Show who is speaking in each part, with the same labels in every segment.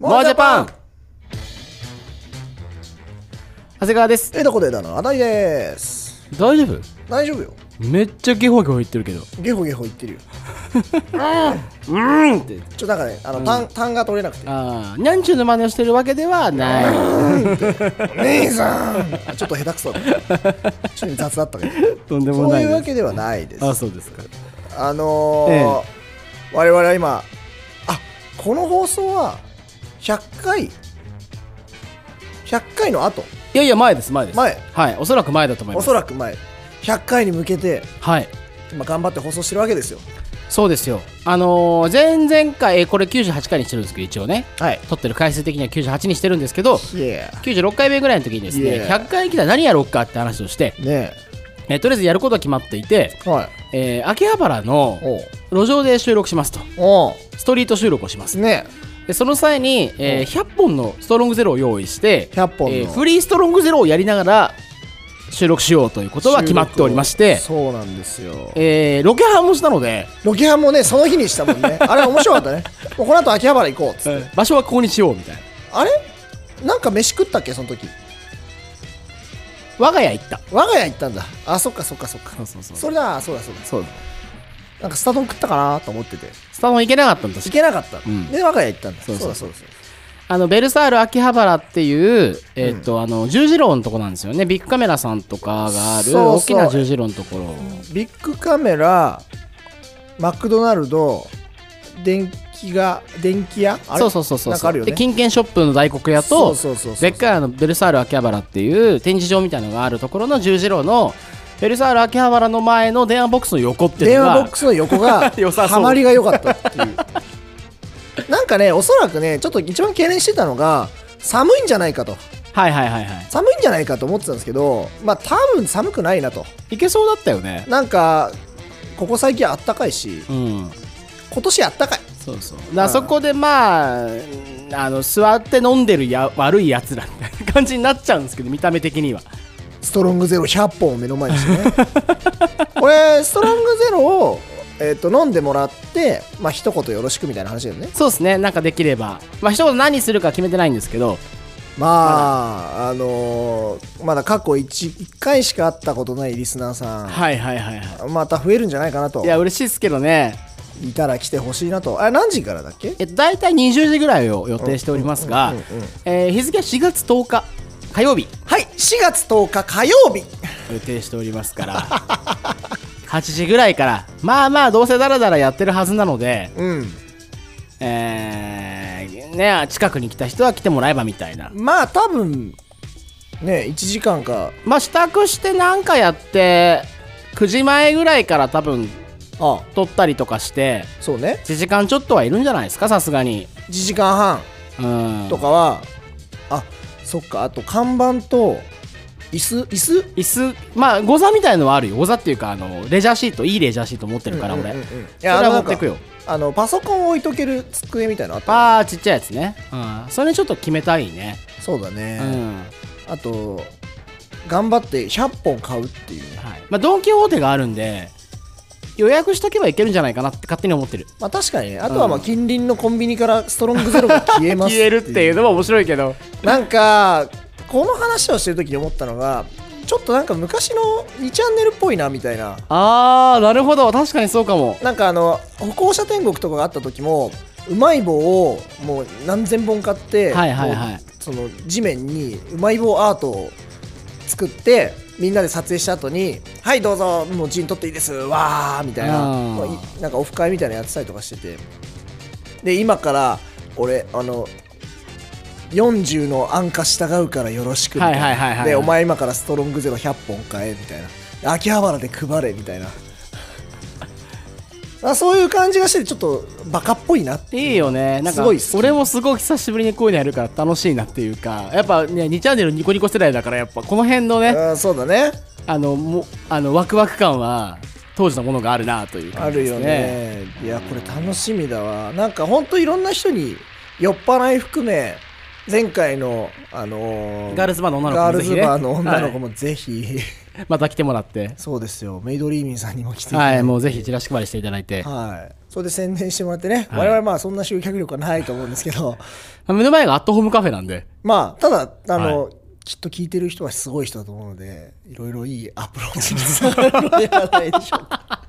Speaker 1: コアジャパン長谷川です
Speaker 2: えどこでだのあたりです
Speaker 1: 大丈夫
Speaker 2: 大丈夫よ
Speaker 1: めっちゃゲホゲホ言ってるけど
Speaker 2: ゲホゲホ言ってるよ
Speaker 1: うんって
Speaker 2: ちょなんかねあの、単単が取れなくて
Speaker 1: ああにゃんちゅうの真似をしてるわけではない
Speaker 2: 姉さんあちょっと下手くそだったちょっと雑だったけど
Speaker 1: とんでも
Speaker 2: そう
Speaker 1: ないいう
Speaker 2: わ
Speaker 1: です
Speaker 2: けではないです
Speaker 1: あそうですか
Speaker 2: あのー
Speaker 1: ええ
Speaker 2: 我々は今あこの放送は100回100回の後
Speaker 1: いやいや前です前です
Speaker 2: 前
Speaker 1: はいおそらく前だと思い
Speaker 2: お
Speaker 1: ます
Speaker 2: そらく前100回に向けて
Speaker 1: はい
Speaker 2: 今頑張って放送してるわけですよ
Speaker 1: そうですよあのー前々回えーこれ98回にしてるんですけど一応ね
Speaker 2: はい
Speaker 1: 撮ってる回数的には98にしてるんですけど
Speaker 2: いや
Speaker 1: 96回目ぐらいの時にですね
Speaker 2: Yeah
Speaker 1: 100回来たら何やろうかって話をして、
Speaker 2: ね
Speaker 1: えーとりあえずやることは決まっていて、
Speaker 2: えはい
Speaker 1: えー秋葉原の
Speaker 2: おう
Speaker 1: 路上で収録しますと
Speaker 2: おう
Speaker 1: ストリート収録をします
Speaker 2: ね
Speaker 1: でその際に、えー100本のストロングゼロを用意して
Speaker 2: 100本の
Speaker 1: えーフリーストロングゼロをやりながら収録しようということは決まっておりまして、
Speaker 2: そうなんですよ
Speaker 1: えーロケハンもしたので
Speaker 2: ロケハンもねその日にしたもん ねあれ面白かったねもうこの後秋葉原行こうっつって
Speaker 1: 場所はここにしようみたいな
Speaker 2: あれなんか飯食ったっけその時
Speaker 1: 我が家行った
Speaker 2: 我が家行ったんだあそっかそっかそっか
Speaker 1: そうそうそう
Speaker 2: それだそうだそうだ
Speaker 1: そうだ
Speaker 2: なんかスタ丼食ったかなと思ってて
Speaker 1: スタンド行けなかったんだ
Speaker 2: 行けなかった、
Speaker 1: ん
Speaker 2: で我が家行ったんだ
Speaker 1: そうそうそ
Speaker 2: だそうだ
Speaker 1: あのベルサール秋葉原っていう、えーっとあの十字路のとこなんですよねビッグカメラさんとかがある
Speaker 2: そうそう
Speaker 1: 大きな十字路のところ
Speaker 2: ビッグカメラマクドナルド電気が電気屋あれ
Speaker 1: そうそうそうそう
Speaker 2: なんかあるよね
Speaker 1: で金券ショップの大黒屋
Speaker 2: そ
Speaker 1: と
Speaker 2: うそうそうそう
Speaker 1: でっかいあのベルサール秋葉原っていう展示場みたいなのがあるところの十字路のベルサール秋葉原の前の電話ボックスの横っていう
Speaker 2: 電
Speaker 1: のが
Speaker 2: 話ボックスの横が
Speaker 1: 良さそう
Speaker 2: ハマりが良かったっていうなんかねおそらくねちょっと一番懸念してたのが寒いんじゃないかと
Speaker 1: はいはいはいはい
Speaker 2: 寒いんじゃないかと思ってたんですけどまあ多分寒くないなと
Speaker 1: いけそうだったよね
Speaker 2: なんかここ最近あったかいし
Speaker 1: うん
Speaker 2: 今年あったかい
Speaker 1: そうそうだそこでまああの座って飲んでるや悪いやつらみたいな感じになっちゃうんですけど見た目的には
Speaker 2: ストロングゼロ100本を目の前にし てね俺ストロングゼロを、えっと飲んでもらってまあ一言よろしくみたいな話だよね
Speaker 1: そうですねなんかできればまあ一言何するか決めてないんですけど
Speaker 2: まあ、あのーまだ過去 1, 一回しか会ったことないリスナーさん、
Speaker 1: はいはいはいは
Speaker 2: また増えるんじゃないかなと
Speaker 1: いいや嬉しいですけどね
Speaker 2: いたら来てほしいなとあ何時からだっけ
Speaker 1: えっと、大体20時ぐらいを予定しておりますが
Speaker 2: うんうんうんうん、
Speaker 1: えー日付は4月10日火曜日
Speaker 2: はい4月10日火曜日
Speaker 1: 予定しておりますから 8時ぐらいからまあまあどうせダラダラやってるはずなので、
Speaker 2: うん
Speaker 1: えーね、近くに来た人は来てもらえばみたいな
Speaker 2: まあ多分ね1時間か
Speaker 1: まあ支度してなんかやって9時前ぐらいから多分
Speaker 2: あ
Speaker 1: 撮ったりとかして
Speaker 2: そうね
Speaker 1: 1時間ちょっとはいるんじゃないですかさすがに
Speaker 2: 1時間半
Speaker 1: うん
Speaker 2: とかは、あそっかあと看板と椅子椅子
Speaker 1: 椅子まあゴザみたいのはあるよゴザっていうかあのレジャーシートいいレジャーシート持ってるから俺、
Speaker 2: うんうんうんうんい
Speaker 1: それ
Speaker 2: や
Speaker 1: は
Speaker 2: あの
Speaker 1: 持
Speaker 2: なん
Speaker 1: って
Speaker 2: か
Speaker 1: くよ
Speaker 2: あのパソコン置いとける机みたいなのあった
Speaker 1: あーちっちゃいやつね、うん、それちょっと決めたいね、
Speaker 2: そうだね、
Speaker 1: うんはい
Speaker 2: あと頑張って100本買うっていうね
Speaker 1: まあ、ドン・キホーテがあるんで予約しとけばいけるんじゃないかなって勝手に思ってる
Speaker 2: まあ確かにねあとはまあ近隣のコンビニからストロングゼロが消えます
Speaker 1: 消えるっていうのも面白いけど
Speaker 2: なんかこの話をしてる時に思ったのがちょっとなんか昔の2チャンネルっぽいなみたいな
Speaker 1: あーなるほど確かにそうかも
Speaker 2: なんかあの歩行者天国とかがあった時もうまい棒をもう何千本買って、
Speaker 1: はいはいはい
Speaker 2: もうその地面にうまい棒アートを作ってみんなで撮影した後に「はいどうぞもう陣取っていいですわー」みたいな
Speaker 1: うん
Speaker 2: まあいなんかオフ会みたいなのやってたりとかしててで今から俺あの40の安価従うからよろしくみたいな、
Speaker 1: はいはいはいはい
Speaker 2: でお前今からストロングゼロ100本買えみたいな秋葉原で配れみたいなあそういう感じがしてちょっとバカっぽいなって
Speaker 1: いいよねなん
Speaker 2: す
Speaker 1: か
Speaker 2: ごい好き
Speaker 1: 俺もすごく久しぶりにこういうのやるから楽しいなっていうかやっぱね2チャンネルニコニコ世代だからやっぱこの辺のね
Speaker 2: あそうだね
Speaker 1: あのもあのワクワク感は当時のものがあるなという
Speaker 2: あ
Speaker 1: 感じ
Speaker 2: る
Speaker 1: です
Speaker 2: よねいやこれ楽しみだわなんかほんといろんな人に酔っ払い含め前回のあのー
Speaker 1: ガールズバーの女の子も
Speaker 2: ガール
Speaker 1: ぜひ
Speaker 2: ズ
Speaker 1: ね
Speaker 2: バーの女の子も ぜひ、
Speaker 1: また来てもらって
Speaker 2: そうですよメイドリーミンさんにも来ていただ
Speaker 1: はいい
Speaker 2: て
Speaker 1: もうぜひチラシ配りしていただいて
Speaker 2: はい、それで宣伝してもらってね、
Speaker 1: はい
Speaker 2: 我々まあそんな集客力はないと思うんですけど、
Speaker 1: 目の前がアットホームカフェなんで、
Speaker 2: まあただあの、
Speaker 1: は
Speaker 2: きっと聞いてる人はすごい人だと思うのでいろいろいいアプローチにつながるのではないでしょうか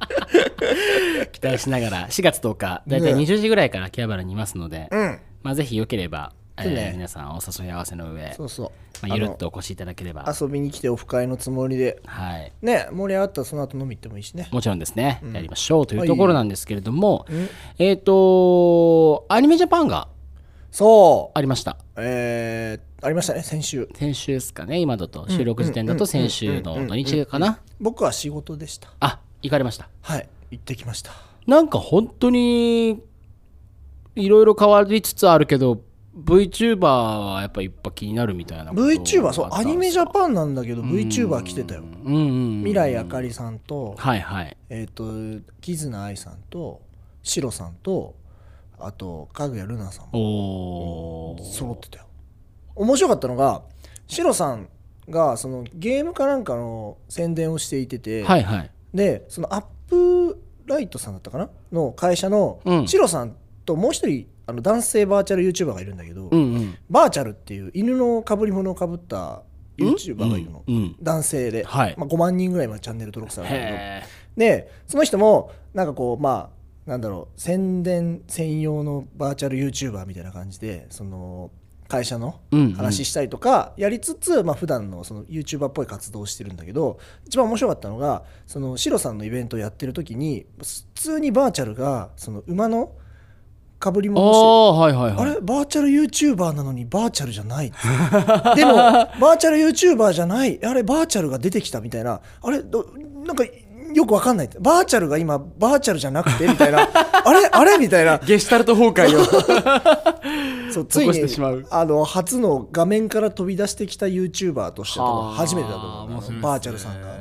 Speaker 1: 期待しながら、4月10日、だいたい20時ぐらいから秋葉原にいますので、
Speaker 2: うん
Speaker 1: まあぜひよければ、えー
Speaker 2: そうね
Speaker 1: 皆さんお誘い合わせの上、
Speaker 2: そうそう
Speaker 1: まあ、ゆるっとお越しいただければ
Speaker 2: あ、の遊びに来てオフ会のつもりで
Speaker 1: はい、
Speaker 2: ね盛り上がったらその後飲み行ってもいいしね
Speaker 1: もちろんですね、やりましょうというところなんですけれども、
Speaker 2: ん
Speaker 1: えっ、と、アニメジャパンが
Speaker 2: そ
Speaker 1: ありました。
Speaker 2: うえー、ありましたね先週
Speaker 1: 先週ですかね、今だと、収録時点だと先週の土日かな。
Speaker 2: 僕は仕事でした
Speaker 1: あ、行かれました。
Speaker 2: はい行ってきました
Speaker 1: なんか本当にいろいろ変わりつつあるけど VTuber はやっぱいっぱ気になるみたいなこと
Speaker 2: VTuber そう
Speaker 1: があ
Speaker 2: ア
Speaker 1: った
Speaker 2: ニメジャパンなんだけど VTuber 来てたよ
Speaker 1: うんうんうん
Speaker 2: 未来あかりさんと
Speaker 1: はいはい
Speaker 2: えっ、とキズナアイさんとシロさんとあとかぐやルナさんも
Speaker 1: おおー
Speaker 2: 揃ってたよ面白かったのがシロさんがそのゲームかなんかの宣伝をしていてて、
Speaker 1: はいはい
Speaker 2: でそのアップライトさんだったかなの会社の
Speaker 1: うん
Speaker 2: シロさんともう一人あの男性バーチャル YouTuber がいるんだけど、
Speaker 1: うんうん
Speaker 2: バーチャルっていう犬の被り物をかぶった YouTuber がいるの、
Speaker 1: うんうん
Speaker 2: 男性で、
Speaker 1: はい
Speaker 2: まあ、5万人ぐらいまでチャンネル登録されてるんだけど
Speaker 1: へえ
Speaker 2: でその人もなんかこうまあなんだろう宣伝専用のバーチャル YouTuber みたいな感じでその会社の
Speaker 1: うんうん
Speaker 2: 話したりとかやりつつ、まあ普段のその YouTuber っぽい活動をしてるんだけど一番面白かったのがそのシロさんのイベントをやってる時に普通にバーチャルがその馬の被り
Speaker 1: あ
Speaker 2: 物をして
Speaker 1: あはいはい
Speaker 2: あ
Speaker 1: はい
Speaker 2: れバーチャル YouTuber なのにバーチャルじゃない でもバーチャル YouTuber じゃないあれバーチャルが出てきたみたいなあれどなんかよくわかんないバーチャルが今バーチャルじゃなくてみたい なあれあれみたいな
Speaker 1: ゲシュタルト崩壊を
Speaker 2: そうつい
Speaker 1: 起こしてしま
Speaker 2: に
Speaker 1: う
Speaker 2: あの初の画面から飛び出してきた YouTuber として多分
Speaker 1: はあ
Speaker 2: 初めてだと思うな
Speaker 1: 面白いですね
Speaker 2: バーチャルさんが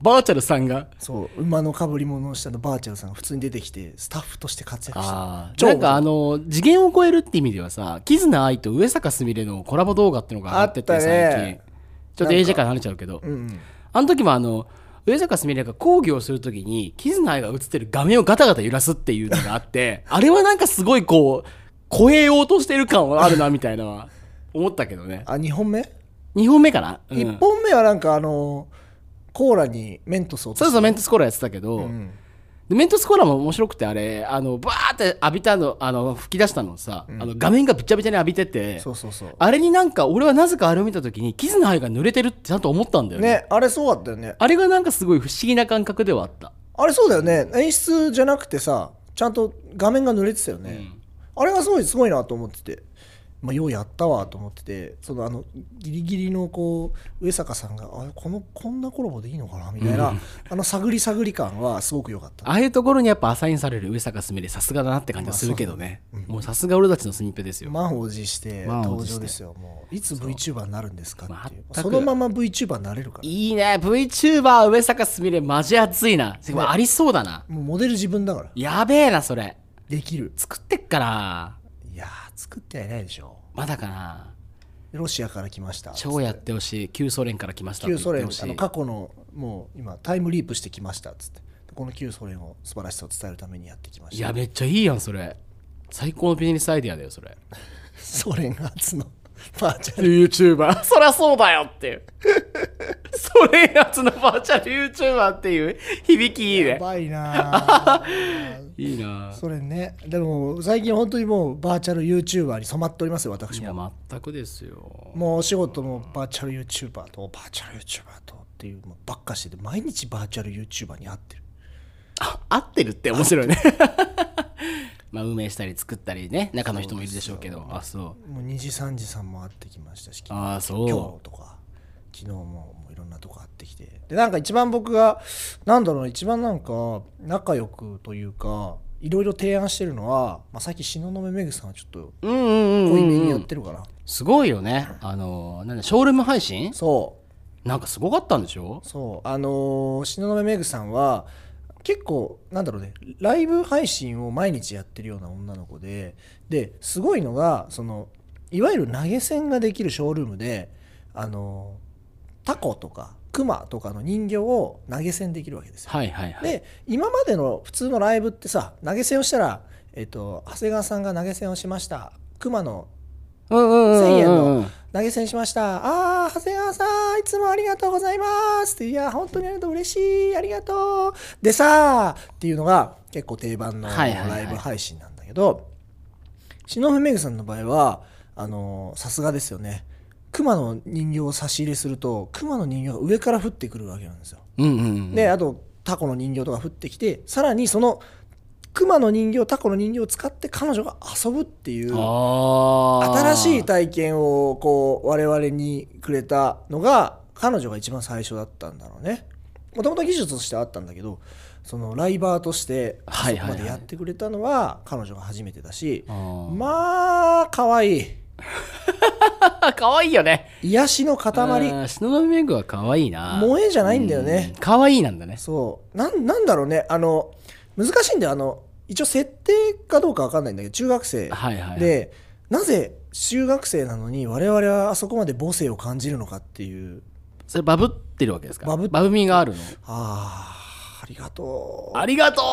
Speaker 1: バーチャルさんが
Speaker 2: そう馬の被り物をしたのバーチャルさんが普通に出てきてスタッフとして活躍して
Speaker 1: あー
Speaker 2: 超
Speaker 1: なんかあの次元を超えるって意味ではさキズナアイと上坂すみれのコラボ動画っていうのが上がってて
Speaker 2: あっ
Speaker 1: 最
Speaker 2: た
Speaker 1: 近、
Speaker 2: ね
Speaker 1: ちょっと AJ から離れちゃうけど、
Speaker 2: うんうん
Speaker 1: あの時もあの上坂すみれが講義をするときにキズナアイが映ってる画面をガタガタ揺らすっていうのがあって あれはなんかすごいこう超えようとしてる感はあるなみたいなのは思ったけどね
Speaker 2: あ2本目
Speaker 1: 2本目かな、うん
Speaker 2: 一本目はなんかあのコーラにメントスを落と
Speaker 1: そう
Speaker 2: す
Speaker 1: そうメントスコーラやってたけど、
Speaker 2: うん
Speaker 1: でメントスコーラも面白くてあれあのバーって浴びたのあの吹き出したのさ、あの画面がびちゃびちゃに浴びてて
Speaker 2: そうそうそう
Speaker 1: あれになんか俺はなぜかあれを見た時にキズナアイが濡れてるってちゃんと思ったんだよね
Speaker 2: ねあれそうだったよね
Speaker 1: あれがなんかすごい不思議な感覚ではあった
Speaker 2: あれそうだよね演出じゃなくてさちゃんと画面が濡れてたよね、あれがすごいすごいなと思ってて、まあ、ようやったわと思っててそのあのギリギリのこう上坂さんがあれこのこんなコラボでいいのかなみたいな、あの探り探り感はすごく良かった
Speaker 1: ああいうところにやっぱアサインされる上坂すみれさすがだなって感じはするけどね、もうさすが俺たちのスニッペですよ、
Speaker 2: 満を持して
Speaker 1: 満を
Speaker 2: 登
Speaker 1: 持して
Speaker 2: 場ですよもういつ VTuber になるんですかっていう
Speaker 1: 全く
Speaker 2: そのまま VTuber になれるから
Speaker 1: いいね VTuber 上坂すみれマジ熱いな、でもありそうだな
Speaker 2: もうモデル自分だから
Speaker 1: やべえなそれ
Speaker 2: できる
Speaker 1: 作ってっから
Speaker 2: いやー作ってはいないでしょ
Speaker 1: まだかな
Speaker 2: ロシアから来ました
Speaker 1: 超やってほしい旧ソ連から来ましたって言
Speaker 2: 旧
Speaker 1: っ
Speaker 2: ソ
Speaker 1: て
Speaker 2: 連
Speaker 1: ほし
Speaker 2: あ
Speaker 1: い
Speaker 2: の過去のもう今タイムリープしてきましたっつってこの旧ソ連を素晴らしさを伝えるためにやってきまし
Speaker 1: い
Speaker 2: た
Speaker 1: やめっちゃいいやんそれ最高のビジネスアイデアだよそれ
Speaker 2: ソ連 初のバーチャル
Speaker 1: YouTuber そりゃそうだよっていう それやつのバーチャル YouTuber っていう響きいい
Speaker 2: や
Speaker 1: ね
Speaker 2: ばいなあ
Speaker 1: いいな
Speaker 2: ソ連ねでも最近本当にもうバーチャル YouTuber に染まっておりますよ私
Speaker 1: い
Speaker 2: も
Speaker 1: や全くですよ
Speaker 2: もうお仕事もバーチャル YouTuber とバーチャル YouTuber とっていうのばっかしてて毎日バーチャル YouTuber に会ってる
Speaker 1: あ合ってるって面白いね まあ運営したり作ったりね中の人もいるでしょうけどあそう
Speaker 2: もう2時3時さんも会ってきましたし昨日
Speaker 1: ああ
Speaker 2: 今
Speaker 1: そ
Speaker 2: 日とか昨日ももういろんなとこ会ってきてでなんか一番僕がなんだろうな一番なんか仲良くというかいろいろ提案してるのは、まあ、さっき東雲めぐさんはちょっと
Speaker 1: ううんうんう
Speaker 2: 濃い
Speaker 1: ん
Speaker 2: め
Speaker 1: うん
Speaker 2: にやってるから、
Speaker 1: すごいよねあのなんだショールーム配信
Speaker 2: そ
Speaker 1: なんかすごかったんでしょ
Speaker 2: うそうあのー、東雲めぐさんは結構なんだろうねライブ配信を毎日やってるような女の子でですごいのがそのいわゆる投げ銭ができるショールームであのータコとかクマとかの人形を投げ銭できるわけですよ。
Speaker 1: はいはいはい。
Speaker 2: で今までの普通のライブってさ投げ銭をしたら、えっと長谷川さんが投げ銭をしましたクマの
Speaker 1: うんうんうんうんうん
Speaker 2: 1000円の投げ銭しました。あー、長谷川さん、いつもありがとうございますって。いや、本当にありがとう、嬉しい、ありがとう。でさーっていうのが結構定番の
Speaker 1: はいはいはい
Speaker 2: ライブ配信なんだけど、篠文さんの場合は、あのーさすがですよね。熊の人形を差し入れすると、熊の人形が上から降ってくるわけなんですよ。
Speaker 1: うんうんうん。
Speaker 2: で、あと、タコの人形とか降ってきて、さらにその、熊の人形、タコの人形を使って彼女が遊ぶっていう。
Speaker 1: あー
Speaker 2: 新しい体験をこう我々にくれたのが彼女が一番最初だったんだろうねもともと技術としてあったんだけどそのライバーとしてそ
Speaker 1: はい
Speaker 2: こ
Speaker 1: はいは
Speaker 2: ま
Speaker 1: い
Speaker 2: でやってくれたのは彼女が初めてだし、
Speaker 1: あー
Speaker 2: まあ可愛い
Speaker 1: あ、可愛いよね。
Speaker 2: 癒しの塊
Speaker 1: あー。篠ノメグは可愛いな。
Speaker 2: 萌えじゃないんだよ
Speaker 1: うん
Speaker 2: ね。
Speaker 1: 可愛いなんだね。
Speaker 2: そうなんなんだろうねあの難しいんだよあの一応設定かどうかわかんないんだけど中学生
Speaker 1: はいはいはい。
Speaker 2: でなぜ中学生なのに我々はあそこまで母性を感じるのかっていう
Speaker 1: それバブってるわけですか
Speaker 2: バブっ
Speaker 1: バブみがあるの。
Speaker 2: あーありがと
Speaker 1: ありが とう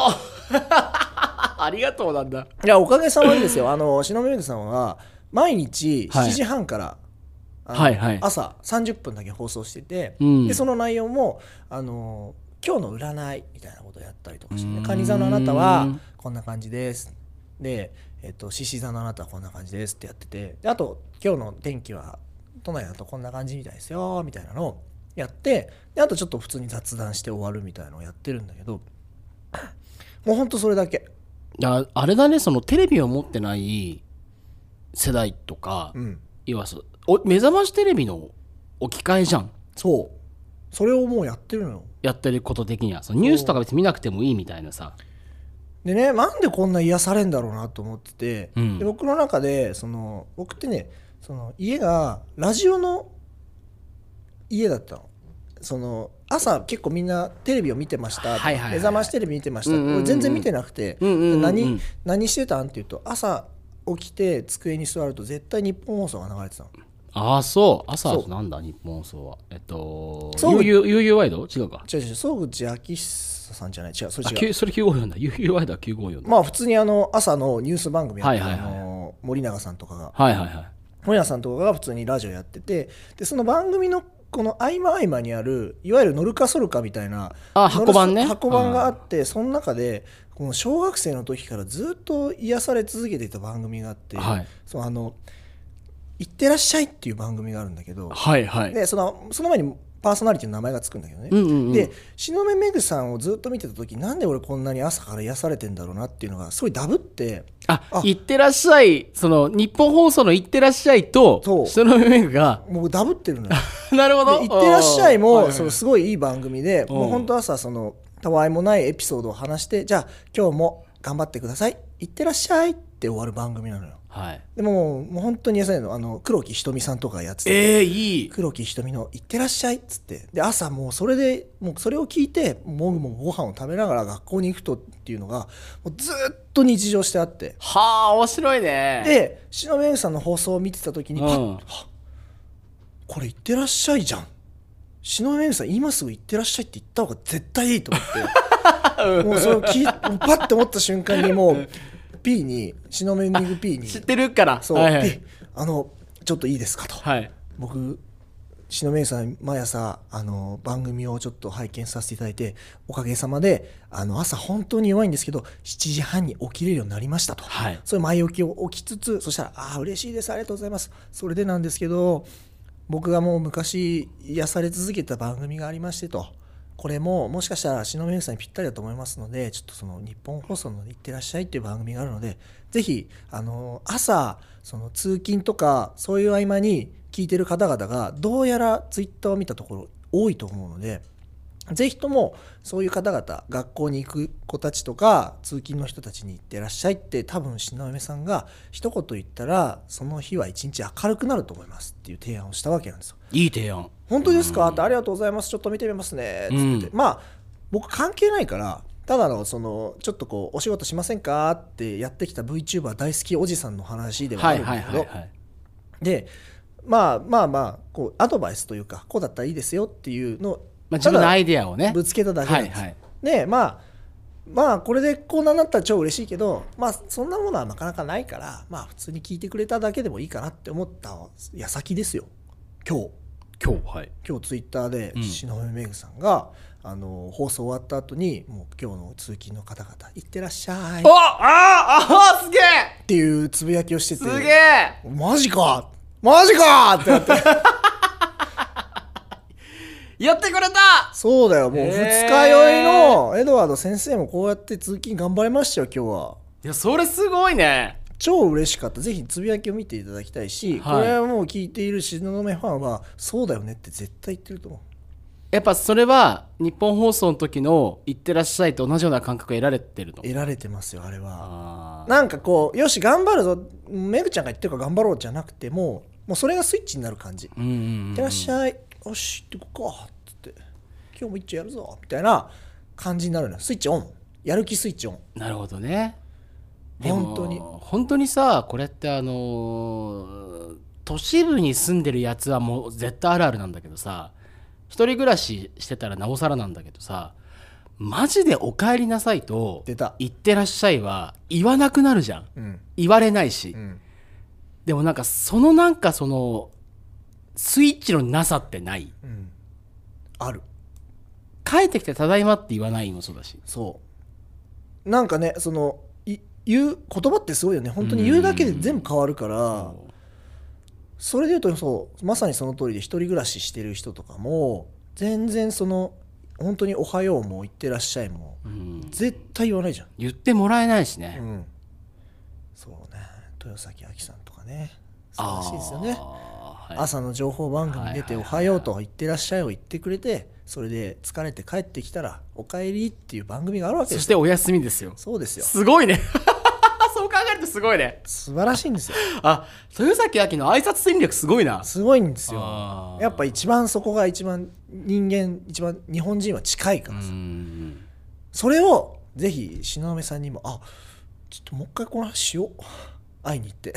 Speaker 1: ありがとうなんだ。
Speaker 2: ういやおかげさまでですよあの篠宮さんは毎日
Speaker 1: はい
Speaker 2: 7時半から、あの
Speaker 1: はいはい
Speaker 2: 朝30分だけ放送してて、
Speaker 1: うん
Speaker 2: でその内容もあの今日の占いみたいなことをやったりとかして
Speaker 1: うー
Speaker 2: ね
Speaker 1: ん
Speaker 2: 「カニ座のあなたはこんな感じです」で「えっと獅子座のあなたはこんな感じです」ってやっててであと「今日の天気は都内だとこんな感じみたいですよ」みたいなのをやってであとちょっと普通に雑談して終わるみたいなのをやってるんだけどもうほんとそれだけ
Speaker 1: ああれだね、そのテレビを持ってない世代とか、
Speaker 2: うん
Speaker 1: 要はそうお目覚ましテレビの置き換えじゃん。
Speaker 2: そうそれをもうやってるのよ
Speaker 1: やってること的には。そのニュースとか別に見なくてもいいみたいなさ。
Speaker 2: でねなんでこんな癒されんだろうなと思ってて、
Speaker 1: うん
Speaker 2: で僕の中でその僕ってねその家がラジオの家だったの。その朝結構みんなテレビを見てましたとか、
Speaker 1: はいはいはい
Speaker 2: 目覚ましテレビ見てました、
Speaker 1: うんうんうんうん
Speaker 2: 俺全然見てなくて、
Speaker 1: うんうんうんうん
Speaker 2: で何何してたんって言うと朝起きて机に座ると絶対日本放送が流れてたの
Speaker 1: ああ、そう。朝
Speaker 2: そう、
Speaker 1: なんだ、日本放送は。えっと、
Speaker 2: そう
Speaker 1: 悠々悠々ワイド違うか。
Speaker 2: 違う違う総口昭久さんじゃない違うそれ
Speaker 1: あ、
Speaker 2: 違う
Speaker 1: きゅそれ954だ。悠々ワイドは954だ。
Speaker 2: まあ普通にあの朝のニュース番組やってる、
Speaker 1: はいはいはい
Speaker 2: あの森永さんとかが
Speaker 1: はいはいはい。
Speaker 2: 本屋さんとかが普通にラジオやっててでその番組のこの合間合間にあるいわゆるノルカソルカみたいな
Speaker 1: あ
Speaker 2: ノル
Speaker 1: 箱番ね
Speaker 2: 箱番があって、その中でこの小学生の時からずっと癒され続けていた番組があって「
Speaker 1: はい
Speaker 2: そうあの行ってらっしゃい」っていう番組があるんだけど、
Speaker 1: はいはい。
Speaker 2: でそのその前にパーソナリティの名前がつくんだけどね、
Speaker 1: うんうんうん
Speaker 2: で篠目めぐさんをずっと見てた時なんで俺こんなに朝から癒されてんだろうなっていうのがすごいダブって
Speaker 1: あ
Speaker 2: あ、
Speaker 1: いってらっしゃい、その、日本放送のいってらっしゃいと、
Speaker 2: そう
Speaker 1: そのメグが、
Speaker 2: もうダブってるのよ。
Speaker 1: なるほど。
Speaker 2: で「行ってらっしゃいも」
Speaker 1: はいはい
Speaker 2: そのすごいいい番組で
Speaker 1: うん
Speaker 2: もう本当朝そのたわいもないエピソードを話してじゃあ今日も頑張ってください行ってらっしゃいって終わる番組なのよ
Speaker 1: はい。
Speaker 2: でももう本当に優しいのあの黒木ひとみさんとかがやってて
Speaker 1: ええいい。
Speaker 2: 黒木ひとみの「行ってらっしゃい」っつってで朝もうそれでもうそれを聞いてもぐもぐご飯を食べながら学校に行くとっていうのがもうずっと日常してあって
Speaker 1: はあ、面白いね。
Speaker 2: で篠宮さんの放送を見てた時にパッ
Speaker 1: うん
Speaker 2: これ行ってらっしゃいじゃん篠宮さん今すぐ行ってらっしゃいって言った方が絶対いいと 思ってもうそれを聞いパッて思った瞬間にもう P に篠宮ニグ P に
Speaker 1: 知ってるから。
Speaker 2: そう、
Speaker 1: はいはい
Speaker 2: P あのちょっといいですかと、
Speaker 1: はい。
Speaker 2: 僕篠宮さん毎朝あの番組をちょっと拝見させていただいておかげさまであの朝本当に弱いんですけど7時半に起きれるようになりましたと、
Speaker 1: はい
Speaker 2: それ前置きを起きつつそしたら「ああ嬉しいですありがとうございます」それでなんですけど僕がもう昔癒され続けた番組がありましてとこれももしかしたら篠宮さんにぴったりだと思いますのでちょっとその日本放送の「いってらっしゃい」っていう番組があるのでぜひあの朝その通勤とかそういう合間に聞いてる方々がどうやらツイッターを見たところ多いと思うので。ぜひともそういう方々学校に行く子たちとか通勤の人たちに行ってらっしゃいって多分篠嫁さんが一言言ったらその日は一日明るくなると思いますっていう提案をしたわけなんですよ。
Speaker 1: いい提案。
Speaker 2: 本当ですかってありがとうございますちょっと見てみますねっつって、
Speaker 1: う
Speaker 2: まあ僕関係ないからただのそのちょっとこうお仕事しませんかってやってきた VTuber 大好きおじさんの話ではあ
Speaker 1: はい
Speaker 2: るん
Speaker 1: はい
Speaker 2: だけ
Speaker 1: はい
Speaker 2: ど
Speaker 1: はい。
Speaker 2: でまあまあまあこうアドバイスというかこうだったらいいですよっていうのを
Speaker 1: まあ、自分のアイデアをね
Speaker 2: ぶつけただけなんです、
Speaker 1: はいはい
Speaker 2: でまあまあこれでこんなになったら超嬉しいけどまあそんなものはなかなかないからまあ普通に聞いてくれただけでもいいかなって思った矢先ですよ今日
Speaker 1: 今日はい
Speaker 2: 今日ツイッターで
Speaker 1: うん
Speaker 2: 篠宮めぐさんが、あの放送終わった後にもう今日の通勤の方々行ってらっしゃいっ
Speaker 1: おあーあーすげえ
Speaker 2: ていうつぶやきをしてて
Speaker 1: すげえ
Speaker 2: マジかマジかって なって
Speaker 1: やってくれた
Speaker 2: そうだよもう二日酔いのエドワード先生もこうやって通勤頑張りましたよ今日はい
Speaker 1: やそれすごいね
Speaker 2: 超嬉しかったぜひつぶやきを見ていただきたいし、
Speaker 1: はい
Speaker 2: これはもう聞いている東雲ファンはそうだよねって絶対言ってると思う
Speaker 1: やっぱそれは日本放送の時の「いってらっしゃい」と同じような感覚が得られてるの
Speaker 2: 得られてますよあれ
Speaker 1: あ
Speaker 2: は
Speaker 1: ー
Speaker 2: なんかこうよし頑張るぞめぐちゃんが言ってるから頑張ろうじゃなくてもうもうそれがスイッチになる感じ「い
Speaker 1: うんうんうん
Speaker 2: ってらっしゃいよし行ってこうか」っつって「今日も一丁やるぞ」みたいな感じになるのよスイッチオンやる気スイッチオン
Speaker 1: なるほどねでも
Speaker 2: 本当に
Speaker 1: 本当にさこれってあのー都市部に住んでるやつはもう絶対あるあるなんだけどさ一人暮らししてたらなおさらなんだけどさマジで「お帰りなさい」と
Speaker 2: 出た
Speaker 1: 「いってらっしゃい」は言わなくなるじゃん
Speaker 2: うん
Speaker 1: 言われないし、
Speaker 2: うん
Speaker 1: でもなんかそのなんかそのスイッチのなさってない
Speaker 2: うんある
Speaker 1: 帰ってきて「ただいま」って言わないのもそうだし
Speaker 2: そうなんかねそのい言う言葉ってすごいよね本当に言うだけで全部変わるからそれでいうとそうまさにその通りで一人暮らししてる人とかも全然その本当に「おはよう」も「いってらっしゃい」も
Speaker 1: うん
Speaker 2: 絶対言わないじゃん、
Speaker 1: 言ってもらえないしね、
Speaker 2: うん、そうね豊崎亜紀さんとかね素晴らしいですよね
Speaker 1: あーはい
Speaker 2: 朝の情報番組に出て「
Speaker 1: はい
Speaker 2: お
Speaker 1: は
Speaker 2: はい
Speaker 1: はい
Speaker 2: よう」と「いってらっしゃい」を言ってくれてそれで疲れて帰ってきたら「おかえり」っていう番組があるわけ
Speaker 1: そ
Speaker 2: で
Speaker 1: し
Speaker 2: すよ
Speaker 1: てお休みですよ。
Speaker 2: そうですよ
Speaker 1: すごいね。 そう考えるとすごいね。
Speaker 2: 素晴らしいんですよ
Speaker 1: あ、豊崎明の挨拶戦略すごいな。
Speaker 2: すごいんですよ
Speaker 1: あー
Speaker 2: やっぱ一番そこが一番人間一番日本人は近いか
Speaker 1: う
Speaker 2: らさ
Speaker 1: ん
Speaker 2: それをぜひ東雲さんにもあちょっともう一回この話しよう会いに行って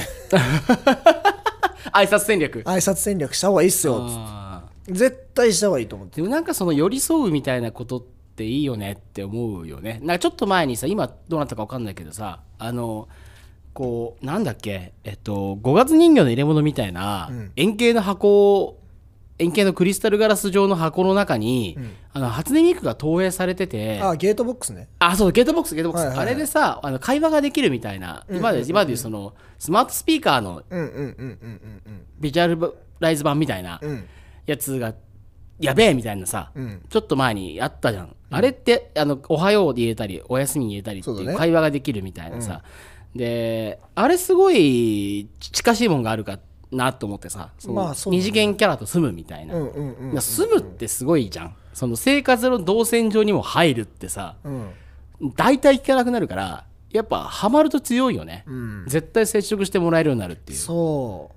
Speaker 1: 挨拶戦略。
Speaker 2: 挨拶戦略した方がいいっすよつっ
Speaker 1: あ
Speaker 2: て絶対した方がいいと思っ
Speaker 1: ー
Speaker 2: て
Speaker 1: でもなんかその寄り添うみたいなことっていいよねって思うよね。なんかちょっと前にさ、今どうなったかわかんないけどさ、あの、こう、なんだっけ、えっと、五月人形の入れ物みたいな
Speaker 2: うん
Speaker 1: 円形の箱を、円形のクリスタルガラス状の箱の中に、
Speaker 2: うん
Speaker 1: あの初音ミクが投影されてて、
Speaker 2: あゲートボックスね
Speaker 1: あ、そう、ゲートボックス、ゲートボックス。
Speaker 2: はいはいは
Speaker 1: あ
Speaker 2: い
Speaker 1: れでさ、あの会話ができるみたいな、今で、今でいうその、スマートスピーカーの
Speaker 2: うんうんうんうんうん
Speaker 1: ビジュアルライズ版みたいな
Speaker 2: うんうん
Speaker 1: やつが、やべえみたいなさ、
Speaker 2: うん
Speaker 1: ちょっと前にあったじゃん。あれって、あの、おはようで言えたり、おやすみに言えたりって
Speaker 2: そ
Speaker 1: いうう
Speaker 2: だね
Speaker 1: 会話ができるみたいなさ。で、あれすごい近しいもんがあるかなと思ってさ、そ
Speaker 2: まあ
Speaker 1: の
Speaker 2: そうだね
Speaker 1: 二次元キャラと住むみたいな。
Speaker 2: うんうんうん
Speaker 1: いや住むってすごいじゃん。その生活の動線上にも入るってさ、
Speaker 2: うん
Speaker 1: 大体聞かなくなるからやっぱハマると強いよね、
Speaker 2: うん
Speaker 1: 絶対接触してもらえるようになるっていう
Speaker 2: そ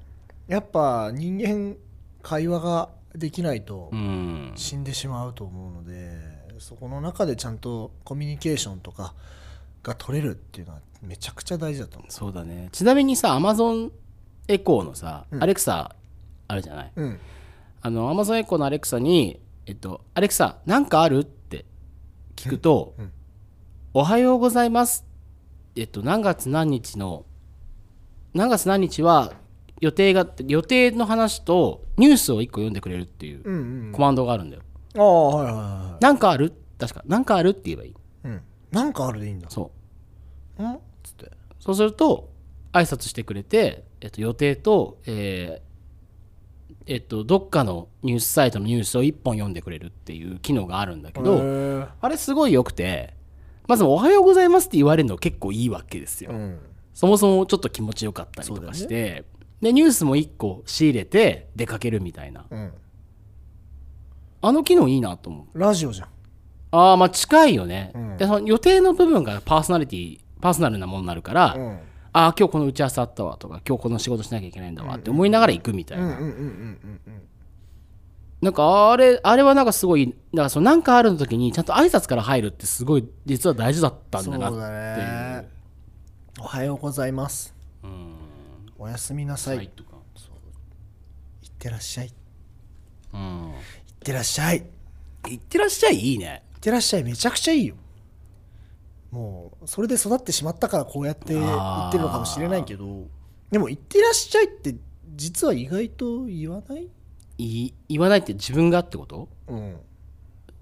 Speaker 2: うやっぱ人間会話ができないと
Speaker 1: うん
Speaker 2: 死んでしまうと思うのでそこの中でちゃんとコミュニケーションとかが取れるっていうのはめちゃくちゃ大事だと思
Speaker 1: そうだねちなみにさアマゾンエコーのさ、
Speaker 2: うん、
Speaker 1: アレクサあるじゃないう
Speaker 2: うん、
Speaker 1: あのアマゾンエコーのアレクサに「えっと、アレクサなんかある?」って聞くと
Speaker 2: うんうん
Speaker 1: 「おはようございます」えっと何月何日の何月何日は予定が予定の話とニュースを1個読んでくれるっていう
Speaker 2: うんうん
Speaker 1: コマンドがあるんだよ
Speaker 2: ああはいはいはい
Speaker 1: なんかある確か。なんかあるって言えばいい。
Speaker 2: うん、なんかあるでいいんだ。
Speaker 1: そ
Speaker 2: うんつって。
Speaker 1: う。そうすると、挨拶してくれて、えっと、予定と、えーえっと、どっかのニュースサイトのニュースを一本読んでくれるっていう機能があるんだけ
Speaker 2: け
Speaker 1: ど、あれすごい良くて、まず、おはようございますって言われるの結構いいわけですよ。
Speaker 2: うん、
Speaker 1: そもそもちょっと気持ちよかったりとかして、で、ニュースも一個仕入れて出かけるみたいな。
Speaker 2: うん、
Speaker 1: あの機能いいなと思う。
Speaker 2: ラジオじゃん。
Speaker 1: ああ、まあ近いよね。
Speaker 2: うん
Speaker 1: で、その予定の部分がパーソナリティ、パーソナルなものになるから、
Speaker 2: ん、
Speaker 1: ああ今日この打ち合わせあったわとか今日この仕事しなきゃいけないんだわって思いながら行くみたい
Speaker 2: うん、う
Speaker 1: な、
Speaker 2: ん、うん、うん、うん、
Speaker 1: なんかあれあれはなんかすごいだからそのなんかあるの時にちゃんと挨拶から入るってすごい実は大事だったん
Speaker 2: そ
Speaker 1: だ
Speaker 2: う
Speaker 1: なっ
Speaker 2: だ
Speaker 1: ていう
Speaker 2: ね。おはようございます。
Speaker 1: うん
Speaker 2: おやすみなさい。
Speaker 1: はい
Speaker 2: い
Speaker 1: とか
Speaker 2: ってらっしゃい。いっ
Speaker 1: うん
Speaker 2: てらっしゃい。
Speaker 1: いってらっしゃいいいね
Speaker 2: ってらっしゃいめちゃくちゃいいよもうそれで育ってしまったからこうやって言
Speaker 1: あー
Speaker 2: ってるのかもしれないけどでも「いってらっしゃい」って実は意外と言わない
Speaker 1: い言わないって自分がってこと
Speaker 2: うん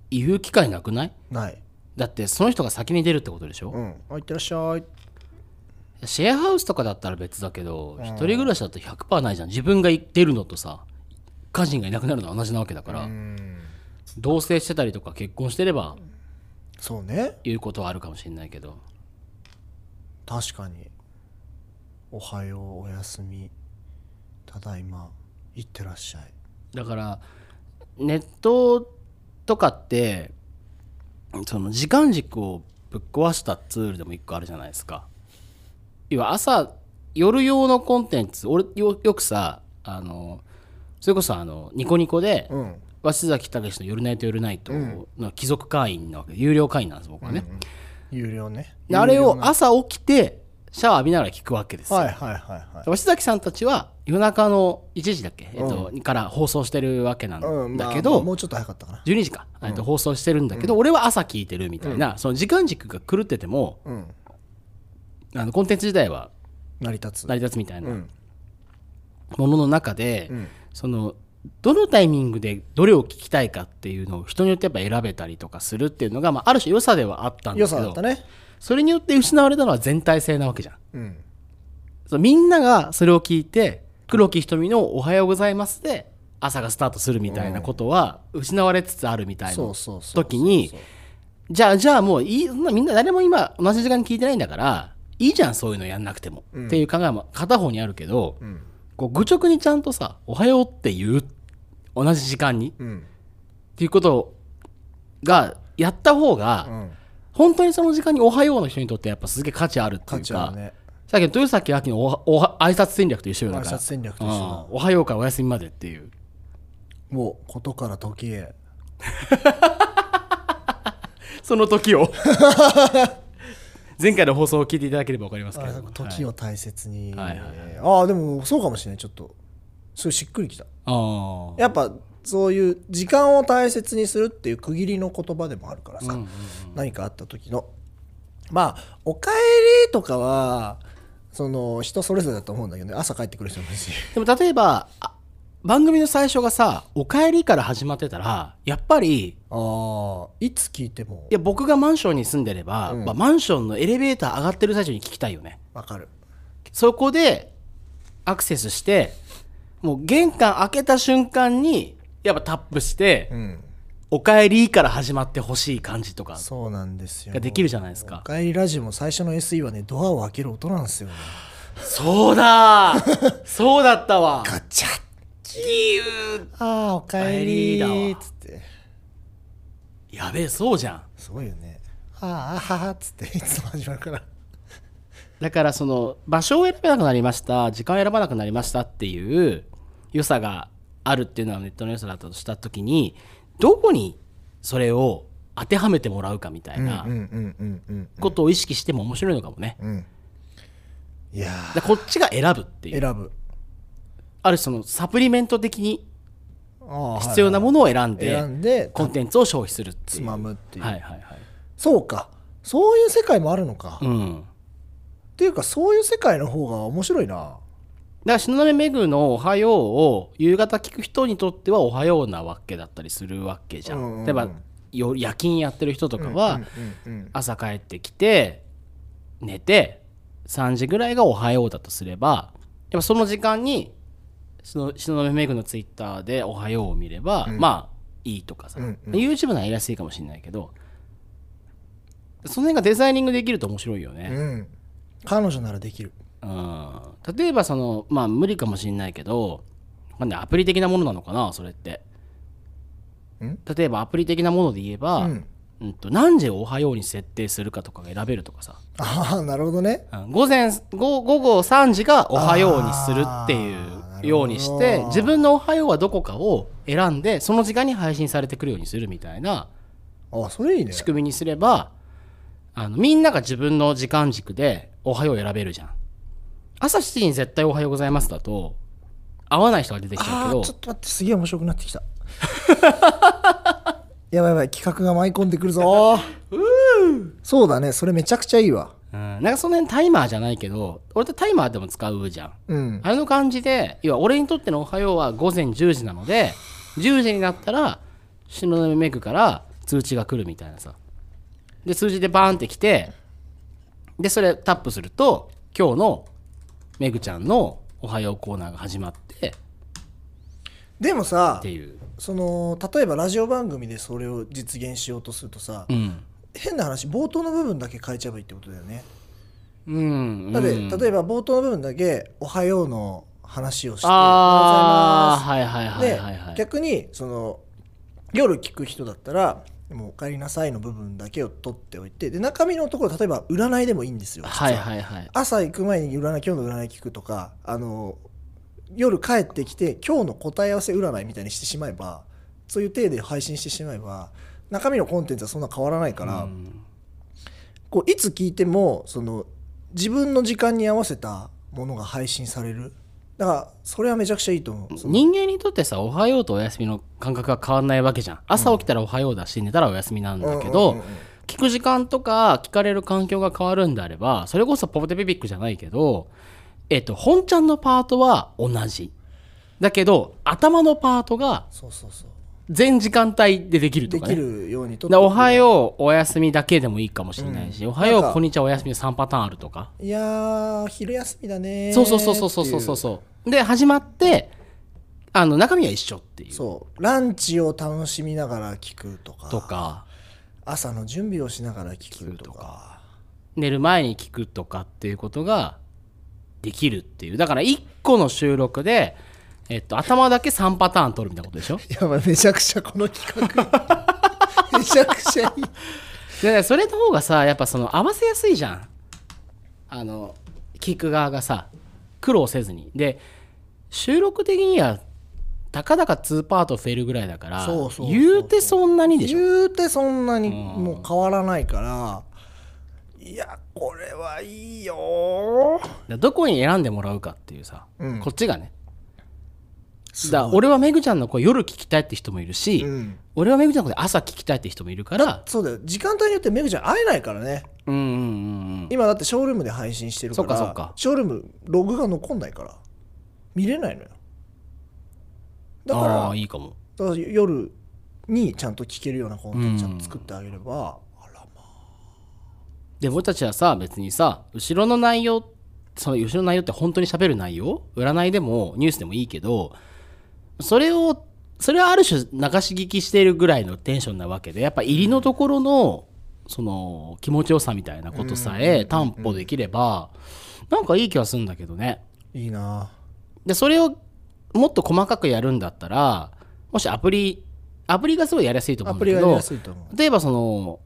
Speaker 1: 言う機会なくない
Speaker 2: ない
Speaker 1: だってその人が先に出るってことでしょ、
Speaker 2: うんあ「いってらっしゃい」
Speaker 1: シェアハウスとかだったら別だけど、一人暮らしだと100%ないじゃん自分が出るのとさ家人がいなくなるのは同じなわけだから、
Speaker 2: うん
Speaker 1: 同棲してたりとか結婚してれば
Speaker 2: そうね
Speaker 1: 言うことはあるかもしれないけど
Speaker 2: 確かに「おはようおやすみただいまいってらっしゃい
Speaker 1: だからネットとかってその時間軸をぶっ壊したツールでも一個あるじゃないですか要は朝夜用のコンテンツ俺よよくさあのそれこそあのニコニコで」
Speaker 2: うん
Speaker 1: 鷲崎武の「夜ナイト夜ナイト」の貴族会員なわけ有料会員なんです僕はね、
Speaker 2: 有料ね
Speaker 1: であれ
Speaker 2: 有料
Speaker 1: を
Speaker 2: な
Speaker 1: 朝起きてシャワー浴びながら聞くわけですよ、
Speaker 2: はいはいはいはい
Speaker 1: 鷲崎さんたちは夜中の1時だっけ、えっとから放送してるわけなん
Speaker 2: うんまあ
Speaker 1: だけど、
Speaker 2: もうちょっと早かったかな
Speaker 1: 12時か、えっと放送してるんだけど、俺は朝聞いてるみたいな、その時間軸が狂ってても
Speaker 2: うん
Speaker 1: あのコンテンツ自体は
Speaker 2: 成り立つ
Speaker 1: 成り立つみたいな
Speaker 2: うん
Speaker 1: ものの中で、
Speaker 2: うん
Speaker 1: そのどのタイミングでどれを聞きたいかっていうのを人によってやっぱ選べたりとかするっていうのが、まあ、ある種良さではあったんで
Speaker 2: 良
Speaker 1: す
Speaker 2: さ
Speaker 1: け
Speaker 2: だ
Speaker 1: ど
Speaker 2: ったね
Speaker 1: それによって失われたのは全体性なわけじゃん
Speaker 2: うん
Speaker 1: そうみんながそれを聞いて黒木瞳の「おはようございます」で朝がスタートするみたいなことは失われつつあるみたいな
Speaker 2: そうそうそう
Speaker 1: 時にじゃあじゃあもういいそんなみんな誰も今同じ時間に聞いてないんだからいいじゃんそういうのやんなくても、っていう考えも片方にあるけど、
Speaker 2: ん
Speaker 1: こう愚直にちゃんとさ「おはよう」って言う同じ時間に、っ
Speaker 2: うん
Speaker 1: ていうことがやった方が、
Speaker 2: うん
Speaker 1: 本当にその時間に「おはよう」の人にとってやっぱすげえ価値あるってい
Speaker 2: 価
Speaker 1: う
Speaker 2: 値あ
Speaker 1: か、
Speaker 2: るね
Speaker 1: さっきの豊崎明のおはおは挨拶戦略と一緒よだ
Speaker 2: 挨
Speaker 1: から
Speaker 2: 拶戦略と一緒だ
Speaker 1: うんおはようからお休みまでっていう
Speaker 2: もうことから時へ
Speaker 1: その時 を前回の放送を聞いていただければ分かりますけれども
Speaker 2: 時を大切に、
Speaker 1: はいはいは
Speaker 2: ああでもそうかもしれないちょっとすごいしっくりきた
Speaker 1: ああ
Speaker 2: やっぱそういう時間を大切にするっていう区切りの言葉でもあるからさ、何かあった時のまあ「おかえり」とかはその人それぞれだと思うんだけどね朝帰ってくる人もいるし
Speaker 1: でも例えばあ番組の最初がさ「おかえり」から始まってたらやっぱり
Speaker 2: ああいつ聞いても
Speaker 1: いや僕がマンションに住んでれば、
Speaker 2: ん
Speaker 1: まあ、マンションのエレベーター上がってる最中に聞きたいよね
Speaker 2: わかる
Speaker 1: そこでアクセスしてもう玄関開けた瞬間にやっぱタップして、
Speaker 2: うん
Speaker 1: おかえりから始まってほしい感じとか
Speaker 2: そうなんですよ
Speaker 1: ができるじゃないですか
Speaker 2: おかえりラジオも最初の SE はねドアを開ける音なんですよ、ね、
Speaker 1: そうだ ー そうだったわ
Speaker 2: ガチャッ
Speaker 1: キュ
Speaker 2: ああおかえ
Speaker 1: おかえり
Speaker 2: り
Speaker 1: だ
Speaker 2: ー
Speaker 1: わ
Speaker 2: っつって
Speaker 1: ーやべえそうじゃん
Speaker 2: すごいよねあああははっつっていつも始まるから
Speaker 1: だからその場所を選べなくなりました時間を選ばなくなりましたっていう良さがあるっていうのはネットの良さだったとした時にどこにそれを当てはめてもらうかみたいな
Speaker 2: うんうんうんうん
Speaker 1: ことを意識しても面白いのかもね
Speaker 2: うんいや
Speaker 1: だからこっちが選ぶってい
Speaker 2: 選
Speaker 1: う
Speaker 2: ぶ
Speaker 1: あるそのサプリメント的に必
Speaker 2: 必
Speaker 1: 要なものを選んで
Speaker 2: 選んで
Speaker 1: コンテンツを消費するっていう
Speaker 2: つまむっていう、
Speaker 1: はいはいはい
Speaker 2: そうかそういう世界もあるのか、っ
Speaker 1: うん
Speaker 2: ていうかそういう世界の方が面白いな
Speaker 1: だから東雲めぐの「おはよう」を夕方聞く人にとっては「おはよう」なわけだったりするわけじゃん。
Speaker 2: うんうんうん
Speaker 1: 例えばよ夜勤やってる人とかは
Speaker 2: うんうん
Speaker 1: 朝帰ってきて寝て3時ぐらいが「おはよう」だとすればやっぱその時間に東雲めぐのツイッターで「おはよう」を見れば、まあいいとかさ、
Speaker 2: うんうん
Speaker 1: YouTube ならやりやすいかもしれないけどその辺がデザイニングできると面白いよね。
Speaker 2: うんうん彼女ならできる
Speaker 1: うん例えばそのまあ無理かもしれないけど、まあね、アプリ的なものなのかなそれって
Speaker 2: ん
Speaker 1: 例えばアプリ的なもので言えば、う
Speaker 2: うんん
Speaker 1: と何時おはように設定するかとかが選べるとかさ、
Speaker 2: ああなるほどね
Speaker 1: うん午前午午後3時がおはようにするっていうようにし
Speaker 2: なる
Speaker 1: て
Speaker 2: ほど
Speaker 1: 自分のおはようはどこかを選んでその時間に配信されてくるようにするみたいな
Speaker 2: ああそれいいね
Speaker 1: 仕組みにすればあのみんなが自分の時間軸で「おはよう」選べるじゃん朝7時に絶対「おはようございます」だと合わない人が出てきちゃう
Speaker 2: あ
Speaker 1: け
Speaker 2: あ
Speaker 1: ど
Speaker 2: ーちょっと待ってすげえ面白くなってきたやばいやばい企画が舞い込んでくるぞ そうだねそれめちゃくちゃいいわ
Speaker 1: うん、なんかその辺タイマーじゃないけど俺ってタイマーでも使うじゃん
Speaker 2: うん
Speaker 1: あの感じで要は俺にとっての「おはよう」は午前10時なので10時になったら東雲メグから通知が来るみたいなさで数字でバーンって来てでそれタップすると今日のメグちゃんの「おはよう」コーナーが始まって
Speaker 2: でもさ
Speaker 1: っていう、
Speaker 2: その例えばラジオ番組でそれを実現しようとするとさ、
Speaker 1: うん
Speaker 2: 変な話冒頭の部分だけ変えちゃえばいいってことだよね
Speaker 1: うん、
Speaker 2: だって、
Speaker 1: うん
Speaker 2: 例えば冒頭の部分だけ「おはよう」の話をして「お
Speaker 1: ああ
Speaker 2: はよ
Speaker 1: はいはいう
Speaker 2: ご
Speaker 1: は
Speaker 2: ざい
Speaker 1: い
Speaker 2: ます
Speaker 1: はいは」
Speaker 2: で
Speaker 1: い
Speaker 2: 逆にその夜聞く人だったら「もうお帰りなさい」の部分だけを取っておいてで中身のところ例えば占いでもいいんですよ実
Speaker 1: はいはいはい
Speaker 2: 朝行く前に占い今日の占い聞くとかあの夜帰ってきて今日の答え合わせ占いみたいにしてしまえばそういう体で配信してしまえば中身のコンテンツはそんな変わらないから、
Speaker 1: うん
Speaker 2: こういつ聞いてもその自分の時間に合わせたものが配信されるだからそれはめちゃくちゃいいと思うその
Speaker 1: 人間にとってさ「おはよう」と「おやすみ」の感覚が変わんないわけじゃん朝起きたら「おはよう」だし寝たら「おやすみ」なんだけど、
Speaker 2: うんうんうんうん
Speaker 1: 聞く時間とか聞かれる環境が変わるんであればそれこそポテピピックじゃないけどえっと本ちゃんのパートは同じだけど頭のパートが
Speaker 2: そうそうそう
Speaker 1: 全時間帯でできると
Speaker 2: で
Speaker 1: か
Speaker 2: き
Speaker 1: ね
Speaker 2: るようにと
Speaker 1: だからおはようおやすみだけでもいいかもしれないし、おはよ
Speaker 2: なん
Speaker 1: う
Speaker 2: か
Speaker 1: こんにちはおやすみの3パターンあるとか
Speaker 2: いやー昼休みだねー
Speaker 1: そうそうそうそうそうそうそうそうで始まってあの中身は一緒っていう
Speaker 2: そうランチを楽しみながら聞くとか
Speaker 1: とか
Speaker 2: 朝の準備をしながら聞く
Speaker 1: く
Speaker 2: と
Speaker 1: と
Speaker 2: か
Speaker 1: 寝る前に聞くとかっていうことができるっていうだから1個の収録で、えっと、頭だけ3パターン取るみたいなことでしょ
Speaker 2: やばいめちゃくちゃこの企画めちゃくちゃいい
Speaker 1: でそれの方がさやっぱその合わせやすいじゃんあの聞く側がさ苦労せずにで収録的にはたかだか2パート増えるぐらいだから
Speaker 2: そうそうそうそう
Speaker 1: 言うてそんなにでしょ
Speaker 2: 言うてそんなにもう変わらないからいやこれはいいよー
Speaker 1: だからどこに選んでもらうかっていうさ、
Speaker 2: うん
Speaker 1: こっちがね
Speaker 2: すごい
Speaker 1: だから俺はめぐちゃんの声夜聞きたいって人もいるし、
Speaker 2: うん
Speaker 1: 俺はめぐちゃんの声朝聞きたいって人もいるから
Speaker 2: そうだよ時間帯によってめぐちゃん会えないからね
Speaker 1: うんうんうんうん
Speaker 2: 今だってショールームで配信してるから
Speaker 1: そっかそっか
Speaker 2: ショールームログが残んないから見れないのよだから
Speaker 1: ああいいかも
Speaker 2: だから夜にちゃんと聞けるようなコンテンツちゃんと作ってあげれば、あらまあ
Speaker 1: で僕たちはさ別にさ後ろの内容その後ろの内容って本当に喋る内容占いでもニュースでもいいけどそれをそれはある種流し聞きしているぐらいのテンションなわけでやっぱ入りのところのその気持ちよさみたいなことさえ担保できればなんかいい気はするんだけどね
Speaker 2: いいな
Speaker 1: でそれをもっと細かくやるんだったらもしアプリアプリがすごいやりやすいと思
Speaker 2: ア
Speaker 1: うん
Speaker 2: プ
Speaker 1: だ
Speaker 2: リ
Speaker 1: け
Speaker 2: がやり
Speaker 1: ど
Speaker 2: やすいと思う
Speaker 1: 例えばその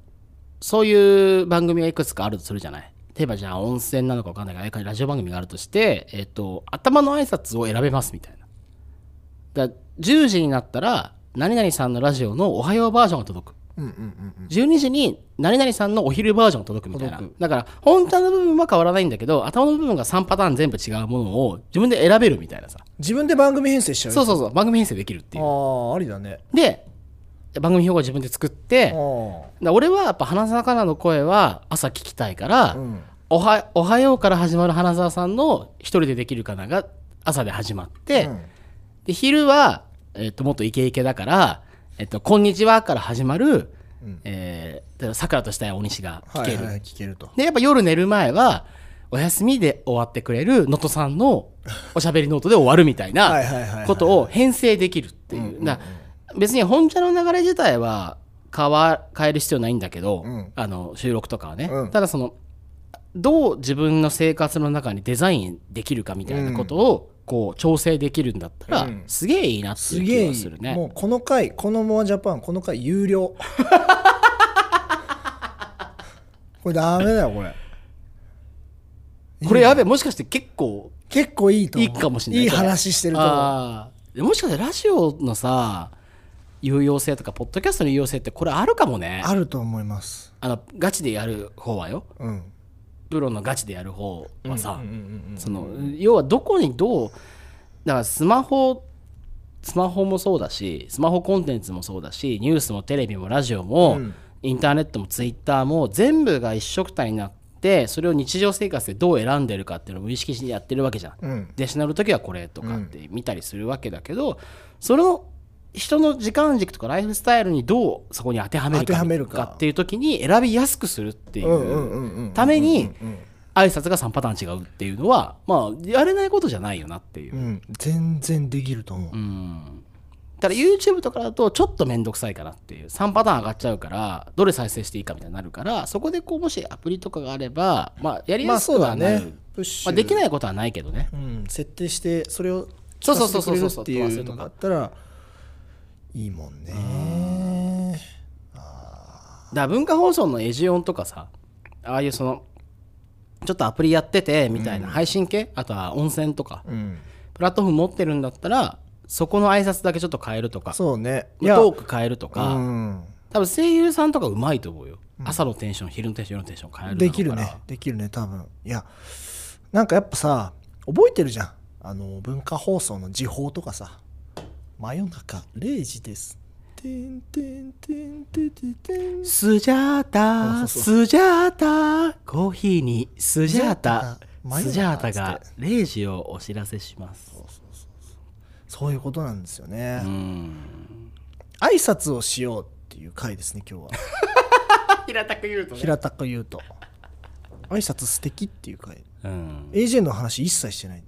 Speaker 1: そういう番組がいくつかあるとするじゃない例えばじゃあ温泉なのか分かんないからラジオ番組があるとして、えっと頭の挨拶を選べますみたいなだから10時になったら何々さんのラジオの「おはよう」バージョンが届く
Speaker 2: うんうんうん
Speaker 1: 12時に何々さんのお昼バージョン届くみたいなだから本当の部分は変わらないんだけど頭の部分が3パターン全部違うものを自分で選べるみたいなさ
Speaker 2: 自分で番組編成しちゃう
Speaker 1: そうそうそう番組編成できるっていう
Speaker 2: ああありだね
Speaker 1: で番組表を自分で作って、
Speaker 2: ああ
Speaker 1: だ俺はやっぱ花澤香菜の声は朝聞きたいから、
Speaker 2: うん
Speaker 1: おは「おはよう」から始まる花澤さんの「一人でできるかな」が朝で始まって、
Speaker 2: うん
Speaker 1: で昼は、えっともっとイケイケだから「えっとこんにちは」から始まる
Speaker 2: うん
Speaker 1: 「えーだからさくらとしたい大西」が聞
Speaker 2: は
Speaker 1: け
Speaker 2: い
Speaker 1: る、
Speaker 2: はい聞けると
Speaker 1: でやっぱ夜寝る前は「お休み」で終わってくれる能登さんのおしゃべりノートで終わるみたいな
Speaker 2: はいはいはいはい
Speaker 1: ことを編成できるっていう。だ別に本茶の流れ自体は変わ変える必要ないんだけど、
Speaker 2: うん
Speaker 1: あの収録とかはね、
Speaker 2: うん
Speaker 1: ただそのどう自分の生活の中にデザインできるかみたいなことを、こう調整できるんだったら、
Speaker 2: うん
Speaker 1: すげえいいなってい
Speaker 2: す
Speaker 1: う
Speaker 2: げ
Speaker 1: 気
Speaker 2: え
Speaker 1: が
Speaker 2: い
Speaker 1: す
Speaker 2: い
Speaker 1: るね
Speaker 2: もうこの回このモアジャパンこの回 有料これダメだよこれ
Speaker 1: これやべえもしかして結構
Speaker 2: 結構いいと思う
Speaker 1: いいかもしれない
Speaker 2: いい話してると思う
Speaker 1: あーもしかしてラジオのさ有用性とかポッドキャストの有用性ってこれあるかもね
Speaker 2: あると思います
Speaker 1: あのガチでやる方はよ
Speaker 2: うん
Speaker 1: プロのガチでやる方はさ、
Speaker 2: うんうんうん
Speaker 1: その要はどこにどうだからスマホスマホもそうだしスマホコンテンツもそうだしニュースもテレビもラジオも、
Speaker 2: うん
Speaker 1: インターネットもツイッターも全部が一緒くたになってそれを日常生活でどう選んでるかっていうのを無意識してやってるわけじゃん。
Speaker 2: うん
Speaker 1: でしなる時はこれとかって見たりするわけだけど、その人の時間軸とかライフスタイルにどうそこに当てはめる
Speaker 2: 当て
Speaker 1: か
Speaker 2: はめるか
Speaker 1: っていう時に選びやすくするってい
Speaker 2: うんうんうんうんう
Speaker 1: うんために
Speaker 2: うん
Speaker 1: 挨拶が3パターン違うっていうのはまあやれないことじゃないよなっていうう。
Speaker 2: ん全然できると思う、
Speaker 1: うんただ YouTube とかだとちょっと面倒くさいかなっていう3パターン上がっちゃうからどれ再生していいかみたいになるからそこでこうもしアプリとかがあればまあやり
Speaker 2: ま
Speaker 1: や
Speaker 2: あ
Speaker 1: す
Speaker 2: そう
Speaker 1: く
Speaker 2: だ
Speaker 1: はなる、
Speaker 2: ねプッシュ、、
Speaker 1: まあ、できないいことはないけどね
Speaker 2: うん、設定してそれを
Speaker 1: そうそうそうそう
Speaker 2: 聞かせてくれるっていうのだったらいいもんね
Speaker 1: だから文化放送のエジオンとかさああいうそのちょっとアプリやっててみたいな配信系、あとは温泉とか
Speaker 2: うん
Speaker 1: プラットフォーム持ってるんだったらそこの挨拶だけちょっと変えるとか
Speaker 2: そうね
Speaker 1: トーク変えると
Speaker 2: う
Speaker 1: か、
Speaker 2: ん
Speaker 1: 多分声優さんとかうまいと思うよ、朝のテンション昼のテンション夜のテンション変えるだろ
Speaker 2: で
Speaker 1: うか
Speaker 2: きる
Speaker 1: ら
Speaker 2: ねできるね多分いやなんかやっぱさ覚えてるじゃんあの文化放送の時報とかさ「真夜中0時です」てんてんてんてんてんてん
Speaker 1: スジャータ
Speaker 2: そう
Speaker 1: スジャータコーヒーにスジャータ
Speaker 2: ス
Speaker 1: ス
Speaker 2: ジ
Speaker 1: ジャ
Speaker 2: ャー
Speaker 1: ー
Speaker 2: タ
Speaker 1: タ
Speaker 2: が
Speaker 1: が0時をお知らせします
Speaker 2: そういうことなんですよね、
Speaker 1: うん
Speaker 2: 挨拶をしようっていう回ですね今 日は
Speaker 1: 平たく言うと
Speaker 2: 平たく言うと挨拶素敵っていう回
Speaker 1: うん、
Speaker 2: AJ の話一切してないね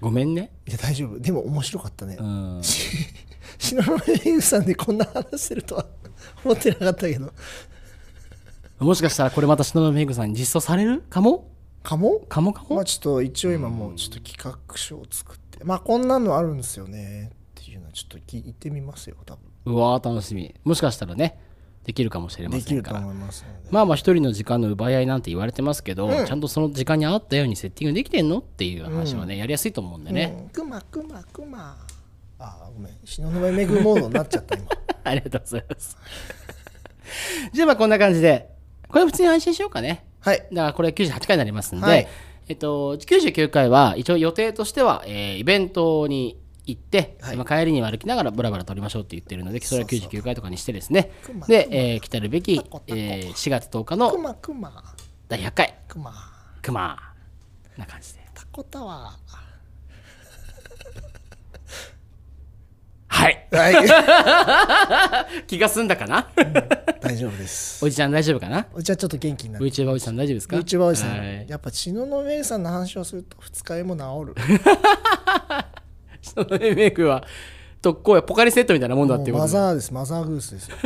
Speaker 1: ごめんね
Speaker 2: いや大丈夫でも面白かったね、
Speaker 1: うん
Speaker 2: 篠宮優さんでこんな話してるとは思ってなかったけど
Speaker 1: もしかしたらこれまた篠宮さんに実装されるかも
Speaker 2: かも
Speaker 1: かもかも、
Speaker 2: まあちょっと一応今もうちょっと企画書を作ってまあこんなのあるんですよねっていうのはちょっと聞いてみますよ多分
Speaker 1: うわー楽しみもしかしたらねできるかもしれま
Speaker 2: で
Speaker 1: せ
Speaker 2: き
Speaker 1: ん
Speaker 2: る
Speaker 1: か
Speaker 2: と
Speaker 1: ら
Speaker 2: 思いますので
Speaker 1: まあまあ一人の時間の奪い合いなんて言われてますけど、
Speaker 2: うん
Speaker 1: ちゃんとその時間に合ったようにセッティングできてんのっていう話はね、やりやすいと思うんでね、
Speaker 2: うんくまくまくまあごめん篠宮めぐモードになっちゃった今
Speaker 1: ありがとうございます。 じゃあまあこんな感じで、これ普通に配信しようかね。
Speaker 2: はい
Speaker 1: だからこれ98回になりますんで、
Speaker 2: はい
Speaker 1: えっと、99回は一応予定としては、えーイベントに行って、
Speaker 2: はい
Speaker 1: まあ帰りに歩きながらブラブラ撮りましょうって言ってるので、それは99回とかにしてですね
Speaker 2: そう熊。
Speaker 1: で、えー来たるべき
Speaker 2: タコ、タコ
Speaker 1: えー4月10日
Speaker 2: く
Speaker 1: の
Speaker 2: まくま
Speaker 1: 第100回、
Speaker 2: くま
Speaker 1: クマな感じで。
Speaker 2: タコタワ
Speaker 1: はい。
Speaker 2: ーはい
Speaker 1: 気が済んだかな
Speaker 2: 大丈夫です
Speaker 1: おじちゃん大丈夫かな
Speaker 2: じゃあちょっと元気になる
Speaker 1: ?VTuber おじさん大丈夫ですか
Speaker 2: VTuber おじさ
Speaker 1: は
Speaker 2: ん
Speaker 1: い
Speaker 2: やっぱ篠宮さんの話をすると二日酔いも治る
Speaker 1: そのメイクは特攻やポカリセットみたいなもんだっていう
Speaker 2: も
Speaker 1: こ
Speaker 2: う
Speaker 1: と
Speaker 2: マザーですマザーグースですよ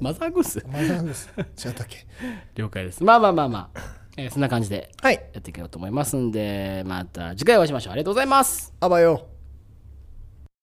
Speaker 1: マザーグース
Speaker 2: マザーグース違ったっけ
Speaker 1: 了解ですまあまあまあまあ、えーそんな感じで
Speaker 2: はい
Speaker 1: やっていこうと思いますんでまた次回お会いしましょうありがとうございます
Speaker 2: あばよ